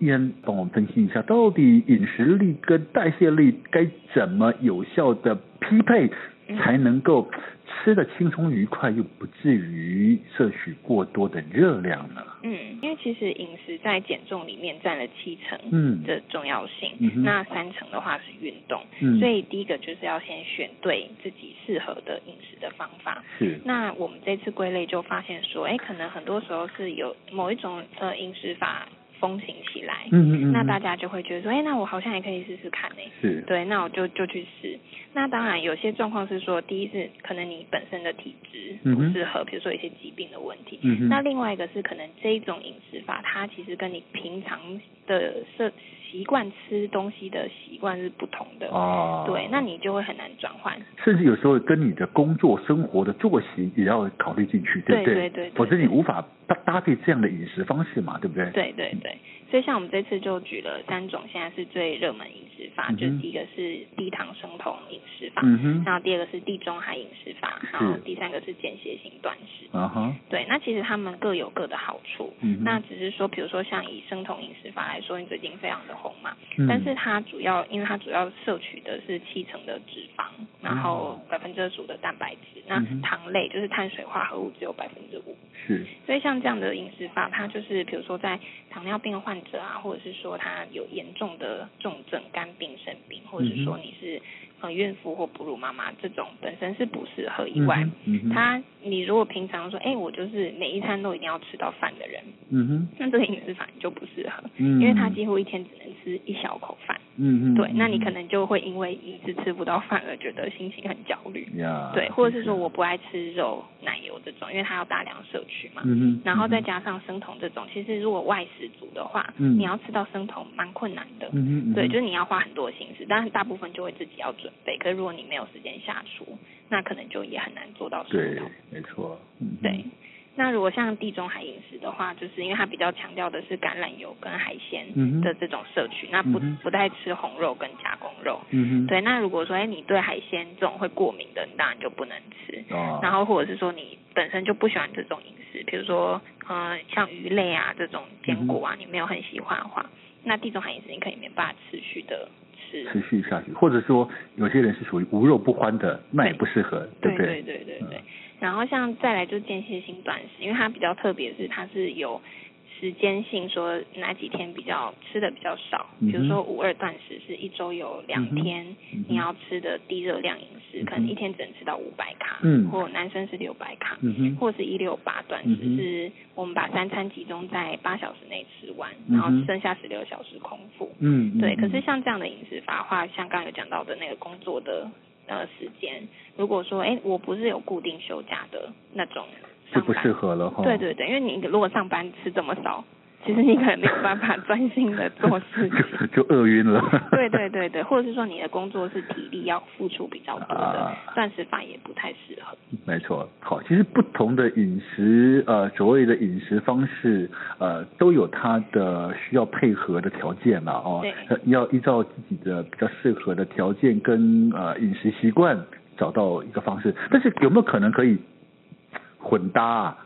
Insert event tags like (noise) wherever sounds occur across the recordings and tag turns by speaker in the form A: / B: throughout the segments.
A: 燕帮我们分析一下，到底饮食力跟代谢力该怎么有效的匹配，才能够吃的轻松愉快，又不至于摄取过多的热量呢？
B: 嗯，因为其实饮食在减重里面占了七成
A: 嗯
B: 的重要性，
A: 嗯哼
B: 那三成的话是运动，
A: 嗯
B: 所以第一个就是要先选对自己适合的饮食的方法。
A: 是，
B: 那我们这次归类就发现说，哎，可能很多时候是有某一种呃饮食法风行起来，
A: 嗯嗯嗯，
B: 那大家就会觉得说，哎，那我好像也可以试试看呢。
A: 是，
B: 对，那我就就去试。那当然，有些状况是说，第一是可能你本身的体质
A: 嗯
B: 不
A: 哼
B: 适合，比如说一些疾病的问题。
A: 嗯哼，
B: 那另外一个是可能这一种饮食法，它其实跟你平常的摄习惯吃东西的习惯是不同的。
A: 哦，
B: 对，那你就会很难转换。
A: 甚至有时候跟你的工作、生活的作息也要考虑进去，不
B: 对对对对
A: 否则你无法搭搭配这样的饮食方式嘛，对不对？
B: 对对对，所以像我们这次就举了三种现在是最热门饮食法，
A: 嗯哼
B: 就是第一个是低糖生酮饮食法，
A: 嗯哼，
B: 然后第二个是地中海饮食法，然后第三个是间歇性断食。
A: 啊哈，
B: 对，那其实他们各有各的好处。
A: 嗯哼
B: 那只是说，比如说像以生酮饮食法来说，因为最近非常的红嘛，
A: 嗯
B: 但是它主要因为它主要摄取的是七成的脂肪，然后百分之二十五的蛋白质，那
A: 哦嗯哼
B: 糖类就是碳水化合物只有百分之五，
A: 是，
B: 所以像这样的饮食法，它就是比如说在糖尿病的患者啊，或者是说他有严重的重症、肝病、肾病，或者是说你是呃孕妇或哺乳妈妈这种本身是不适合以外，
A: 嗯哼，嗯哼，
B: 他你如果平常说，哎、我就是每一餐都一定要吃到饭的人，
A: 嗯哼，
B: 那这个饮食法你就不适合，
A: 嗯，
B: 因为他几乎一天只能吃一小口饭，
A: 嗯嗯，
B: 对，那你
A: 嗯
B: 可能就会因为一直吃不到饭而觉得心情很焦虑，
A: 呀，
B: 对，或者是
A: 的
B: 说
A: 确
B: 我，不爱吃肉、奶油这种，因为它要大量摄取嘛。
A: 嗯哼，
B: 然后再
A: 嗯哼，
B: 加上生酮这种，其实如果外食族的话，
A: 嗯
B: 你要吃到生酮蛮困难的。
A: 嗯哼，嗯
B: 对，
A: 哼
B: 就是你要花很多心思，但是大部分就会自己要准备。可是如果你没有时间下厨，那可能就也很难做到生
A: 对
B: 酮。，
A: 没错，嗯哼
B: 对，那如果像地中海饮食的话，就是因为它比较强调的是橄榄油跟海鲜
A: 嗯哼
B: 的这种摄取，那不
A: 嗯哼
B: 不太吃红肉跟加工肉。
A: 嗯哼，
B: 对，那如果说哎你对海鲜这种会过敏的，你当然就不能吃。
A: 哦，
B: 然后或者是说你本身就不喜欢这种饮食，比如说呃像鱼类啊这种
A: 嗯
B: 坚果啊，你没有很喜欢的话，那地中海饮食你可以没办法持续的吃。
A: 持续下去，或者说有些人是属于无肉不欢的，那也不适合，不嗯
B: 对？对对对对。然后像再来就是间歇性断食，因为它比较特别是它是有时间性，说哪几天比较吃的比较少，
A: 嗯哼
B: 比如说五二断食是一周有两天。
A: 嗯哼
B: 你要吃的低热量饮食，可能
A: 嗯哼
B: 一天只能吃到五百卡，
A: 嗯
B: 或男生是六百卡，
A: 嗯哼，
B: 或是一六八断
A: 嗯
B: 食，
A: 哼
B: 是我们把三餐集中在八小时内吃完，
A: 嗯哼
B: 然后剩下十六小时空腹。
A: 嗯，
B: 对，
A: 嗯
B: 可是
A: 嗯
B: 像这样的饮食法的话，像刚刚有讲到的那个工作的呃时间，如果说哎、诶我不是有固定休假的那种
A: 就
B: 上
A: 不适
B: 班，
A: 合了哈，
B: 对对对，因为你如果上班吃这么少，其实你可能没有办法专心的做事情。
A: (laughs) 就就饿晕了。
B: 对对对对，或者是说你的工作是体力要付出比较多的
A: 啊，
B: 断食法也不太适合。
A: 没错，好，其实不同的饮食，呃，所谓的饮食方式，呃，都有它的需要配合的条件了哦
B: 对，
A: 呃要依照自己的比较适合的条件跟呃饮食习惯找到一个方式，但是有没有可能可以混搭、啊？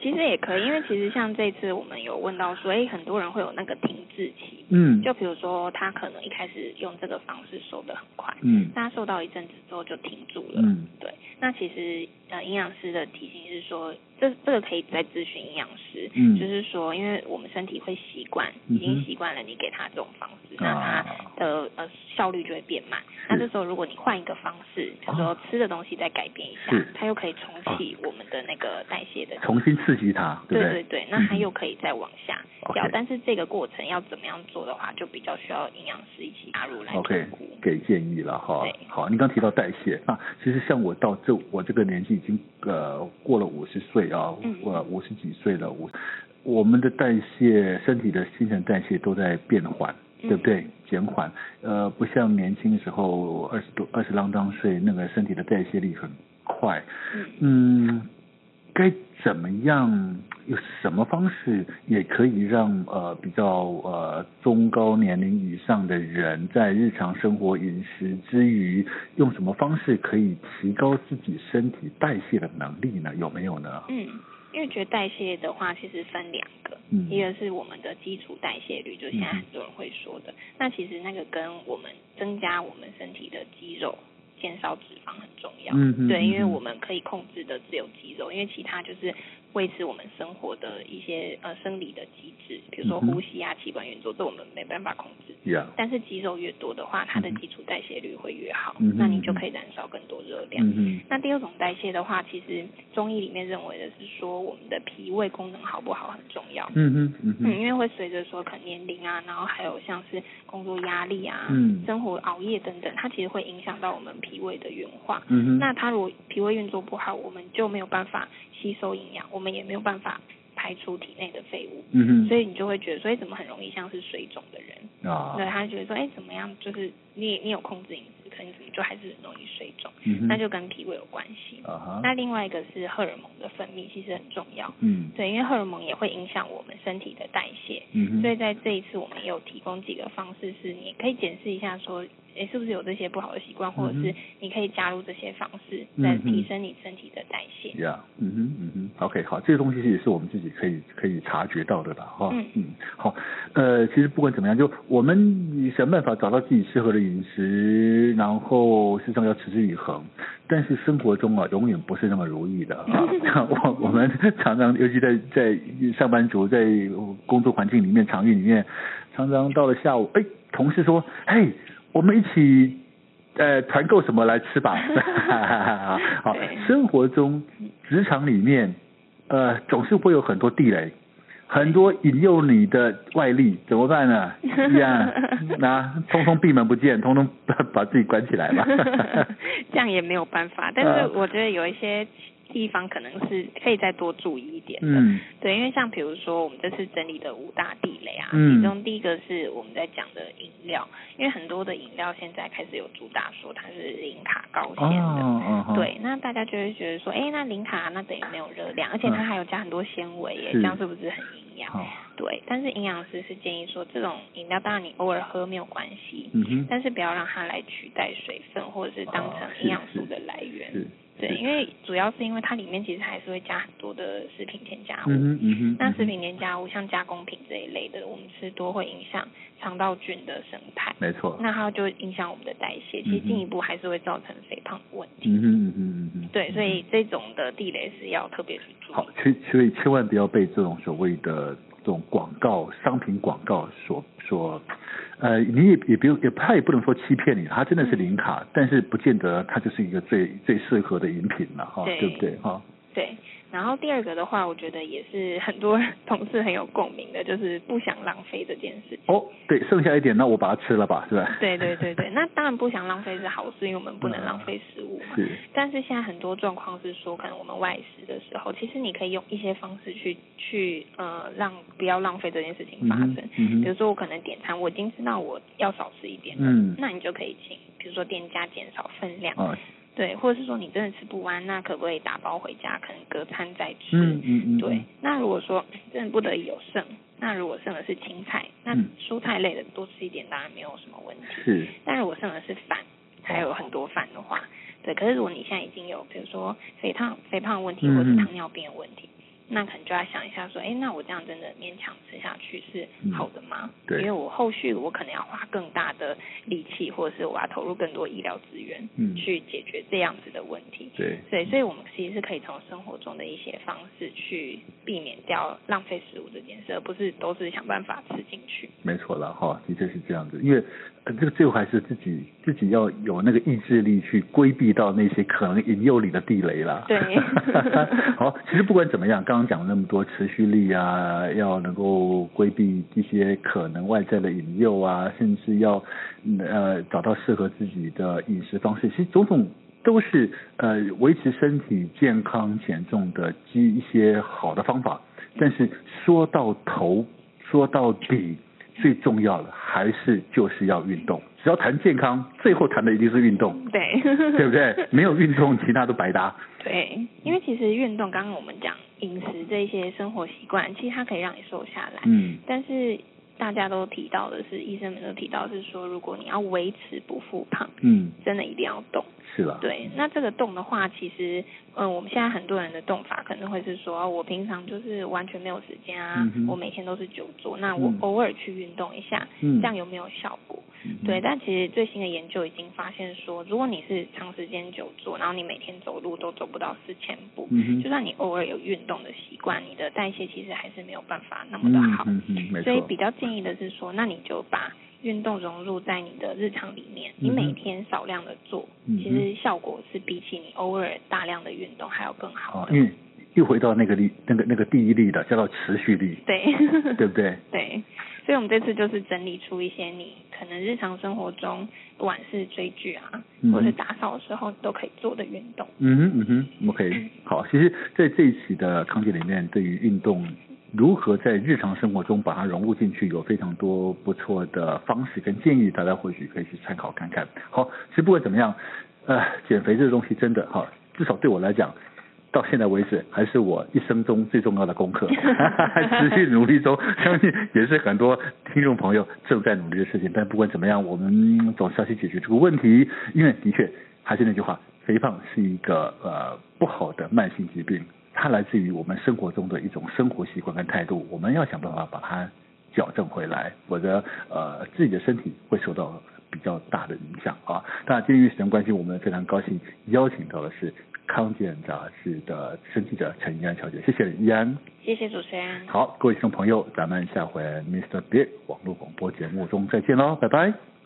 B: 其实也可以，因为其实像这次我们有问到说，哎、很多人会有那个停滞期，
A: 嗯，
B: 就比如说他可能一开始用这个方式瘦得很快，
A: 嗯
B: 那瘦到一阵子之后就停住了。
A: 嗯
B: 对，那其实呃，营养师的提醒是说，这这个可以再咨询营养师，
A: 嗯
B: 就是说，因为我们身体会习惯，
A: 嗯哼
B: 已经习惯了你给他这种方式，那他
A: 啊
B: 的呃效率就会变慢。那这时候如果你换一个方式，比如说吃的东西再改变一下
A: 哦是，
B: 它又可以重启我们的那个代谢的
A: 重新刺激它，对不
B: 对对，那它
A: 嗯
B: 又可以再往下掉，
A: OK
B: 但是这个过程要怎么样做的话，就比较需要营养师一起加入来
A: OK，
B: 评估。
A: 给建议了哈
B: 对。
A: 好，你刚提到代谢啊，其实像我到这我这个年纪已经呃过了五十岁啊
B: 嗯，
A: 我五十几岁了，我我们的代谢、身体的新陈代谢都在变缓，
B: 嗯
A: 对不对？减缓，呃，不像年轻时候二十多、二十啷当岁，那个身体的代谢力很快。
B: 嗯
A: 嗯，该怎么样？有什么方式也可以让呃比较呃中高年龄以上的人在日常生活饮食之余，用什么方式可以提高自己身体代谢的能力呢？有没有呢？
B: 嗯，味觉代谢的话，其实分两个，
A: 嗯
B: 一个是我们的基础代谢率，就现在很多人会说
A: 嗯
B: 的。那其实那个跟我们增加我们身体的肌肉、减少脂肪很重要。
A: 嗯嗯
B: 对，因为
A: 嗯
B: 我们可以控制的只有肌肉，因为其他就是维持我们生活的一些呃生理的机制，比如说
A: 嗯哼
B: 呼吸啊、气管运作，这我们没办法控制。
A: 呀，
B: 但是肌肉越多的话，它的基础代谢率会越好，
A: 嗯哼
B: 那你就可以燃烧更多热量。
A: 嗯哼，
B: 那第二种代谢的话，其实中医里面认为的是说，我们的脾胃功能好不好很重要。
A: 嗯哼，嗯
B: 嗯，
A: 哼，
B: 因为会随着说可能年龄啊，然后还有像是工作压力啊、
A: 嗯
B: 生活熬夜等等，它其实会影响到我们脾胃的运化。
A: 嗯哼，
B: 那它如果脾胃运作不好，我们就没有办法吸收营养，我们也没有办法排出体内的废物，
A: 嗯哼，
B: 所以你就会觉得，所以怎么很容易像是水肿的人？
A: 以啊
B: 对，，他就觉得说，哎、怎么样？就是你你有控制饮食，可你怎么就还是容易水肿？
A: 嗯哼
B: 那就跟脾胃有关系。
A: 啊哈，
B: 那另外一个是荷尔蒙的分泌，其实很重要。
A: 嗯
B: 对，因为荷尔蒙也会影响我们身体的代谢，
A: 嗯哼，
B: 所以在这一次我们也有提供几个方式，是你可以检视一下说，诶，是不是有这些不好的习惯，或者
A: 嗯
B: 是
A: 哼
B: 你可以加入这些方式，
A: 嗯
B: 来
A: 哼
B: 提升你身体的代谢。
A: 呀，嗯哼，嗯哼，OK，好，这个东西也是我们自己可以可以察觉到的啦，哈、
B: 嗯
A: 好，呃，其实不管怎么样，就我们想办法找到自己适合的饮食，然后事实上要持之以恒，但是生活中啊，永远不是那么如意的啊。
B: (laughs)
A: 我我们常常，尤其在在上班族在工作环境里面、场域里面，常常到了下午，哎，同事说，嘿，我们一起。呃，团购什么来吃
B: (laughs)
A: 吧？好
B: 对，
A: 生活中、职场里面，呃，总是会有很多地雷，很多引诱你的外力，怎么办呢？
B: (laughs)
A: 呀，那通通闭门不见，通 (laughs) 通把把自己关起来
B: (laughs)
A: 吧。
B: 这样也没有办法，但
A: 呃
B: 是我觉得有一些地方可能是可以再多注意一点的。
A: 嗯
B: 对，因为像比如说我们这次整理的五大地雷啊，
A: 嗯
B: 其中第一个是我们在讲的饮料，因为很多的饮料现在开始有主打说它是零卡高纤的。
A: 哦哦，
B: 对，那大家就会觉得说，哎，那零卡那等于没有热量，而且它
A: 嗯
B: 还有加很多纤维耶，
A: 是
B: 这样是不是很营养？
A: 好，
B: 对，但是营养师是建议说，这种饮料当然你偶尔喝没有关系，
A: 嗯哼，
B: 但是不要让它来取代水分，或者是当
A: 哦
B: 成
A: 是
B: 营养素
A: 是
B: 的来源。
A: 是，
B: 对，
A: 是
B: 因为主要是因为它里面其实还是会加很多的食品添加物。
A: 嗯哼嗯哼，
B: 那
A: 嗯
B: 食
A: 哼
B: 品添加物像加工品这一类的，我们吃多会影响肠道菌的生态，
A: 没错，
B: 那它就影响我们的代谢，其实
A: 嗯哼
B: 进一步还是会造成肥胖的问题。
A: 嗯哼嗯哼嗯哼，
B: 对，所以这种的地雷是要特别去注
A: 好
B: 意。，
A: 所以所以千万不要被这种所谓的这种广告、商品广告所所，呃，你也也不用也他也不能说欺骗你，它真的是零卡，
B: 嗯
A: 但是不见得它就是一个最最适合的饮品了哈，
B: 对
A: 对不对哈？
B: 对，然后第二个的话，我觉得也是很多同事很有共鸣的，就是不想浪费这件事情。
A: 哦，对，剩下一点，那我把它吃了吧，是 (laughs) 吧？
B: 对对对对，那当然不想浪费是好事，因为我们不能浪费食物嘛。
A: 嗯是，
B: 但是现在很多状况是说，可能我们外食的时候，其实你可以用一些方式去去呃让不要浪费这件事情
A: 嗯
B: 发
A: 哼
B: 生。
A: 嗯
B: 比如
A: 哼，
B: 说我可能点餐，我已经知道我要少吃一点了，
A: 嗯，
B: 那你就可以请比如说店家减少分量，
A: 啊，
B: 对，或者是说你真的吃不完，那可不可以打包回家，可能隔餐再吃。
A: 嗯嗯嗯，
B: 对，那如果说真的不得已有剩，那如果剩的是青菜，那
A: 嗯
B: 蔬菜类的多吃一点当然没有什么问题。
A: 是，
B: 但如果剩的是饭，
A: 哦
B: 还有很多饭的话，对。可是如果你现在已经有，比如说肥胖、肥胖的问题，
A: 嗯
B: 或者是糖尿病的问题，那可能就要想一下说，哎，那我这样真的勉强吃下去是好的吗？
A: 嗯对
B: 因为我后续我可能要花更大的力气，或者是我要投入更多医疗资源
A: 嗯，
B: 去解决这样子的问题。
A: 对，
B: 对，所以我们其实是可以从生活中的一些方式去避免掉浪费食物这件事，而不是都是想办法吃进去。
A: 没错了哈，的确是这样子，因为呃，这个最后还是自己自己要有那个意志力去规避到那些可能引诱你的地雷啦。
B: 对
A: (laughs) 好，其实不管怎么样，刚刚讲了那么多持续力啊，要能够规避一些可能外在的引诱啊，甚至要嗯呃找到适合自己的饮食方式，其实种种。都是呃维持身体健康减重的基一些好的方法，但是说到头，说到底，最重要的还是就是要运动。只要谈健康，最后谈的一定是运动，
B: 对， (laughs)
A: 对 (laughs) 不对？没有运动，其他都白搭。
B: 对，
A: 嗯
B: 因为其实运动，刚刚我们讲饮食这一些生活习惯，其实它可以让你瘦下来，
A: 嗯
B: 但是大家都提到的是，医生们都提到是说，如果你要维持不复胖，
A: 嗯，
B: 真的一定要动。
A: 是啦，
B: 对，那这个动的话，其实，嗯，我们现在很多人的动法可能会是说，哦我平常就是完全没有时间啊
A: 嗯，哼
B: 我每天都是久坐，那我
A: 嗯
B: 偶尔去运动一下，
A: 嗯，
B: 这样有没有效果？
A: 嗯
B: 对，，但其实最新的研究已经发现说，如果你是长时间久坐，然后你每天走路都走不到四千步，
A: 嗯
B: 就
A: 哼，
B: 算你偶尔有运动的习惯，你的代谢其实还是没有办法那么的好。
A: 嗯嗯，没
B: 所以
A: 错
B: 比，较建议的是说，那你就把运动融入在你的日常里面，你
A: 嗯哼
B: 每天少量的做，
A: 嗯
B: 其
A: 哼
B: 实效果是比起你偶尔大量的运动还要更好
A: 哦，
B: 的。
A: 因为又回到那个力，那个那个第一力了，叫做持续力，
B: 对
A: 对不对？
B: 对，所以我们这次就是整理出一些你可能日常生活中，不管是追剧啊，
A: 嗯
B: 或者是打扫的时候都可以做的运动。
A: 嗯哼嗯哼，OK，好，其实在这一期的康健里面，对于运动如何在日常生活中把它融入进去，有非常多不错的方式跟建议，大家或许可以去参考看看。好，其实不管怎么样，呃，减肥这个东西真的哈，至少对我来讲。到现在为止，还是我一生中最重要的功课，持续努力中，相信也是很多听众朋友正在努力的事情。但不管怎么样，我们总是要去解决这个问题，因为的确还是那句话，肥胖是一个呃不好的慢性疾病，它来自于我们生活中的一种生活习惯跟态度，我们要想办法把它矫正回来，否则呃自己的身体会受到比较大的影响啊。那鉴于时间关系，我们非常高兴邀请到的是康健杂志的申记者陈怡安小姐，谢谢怡安。
B: 谢谢主持人，
A: 好，各位听众朋友，咱们下回 Mr. Big 网络广播节目中再见喽，拜拜。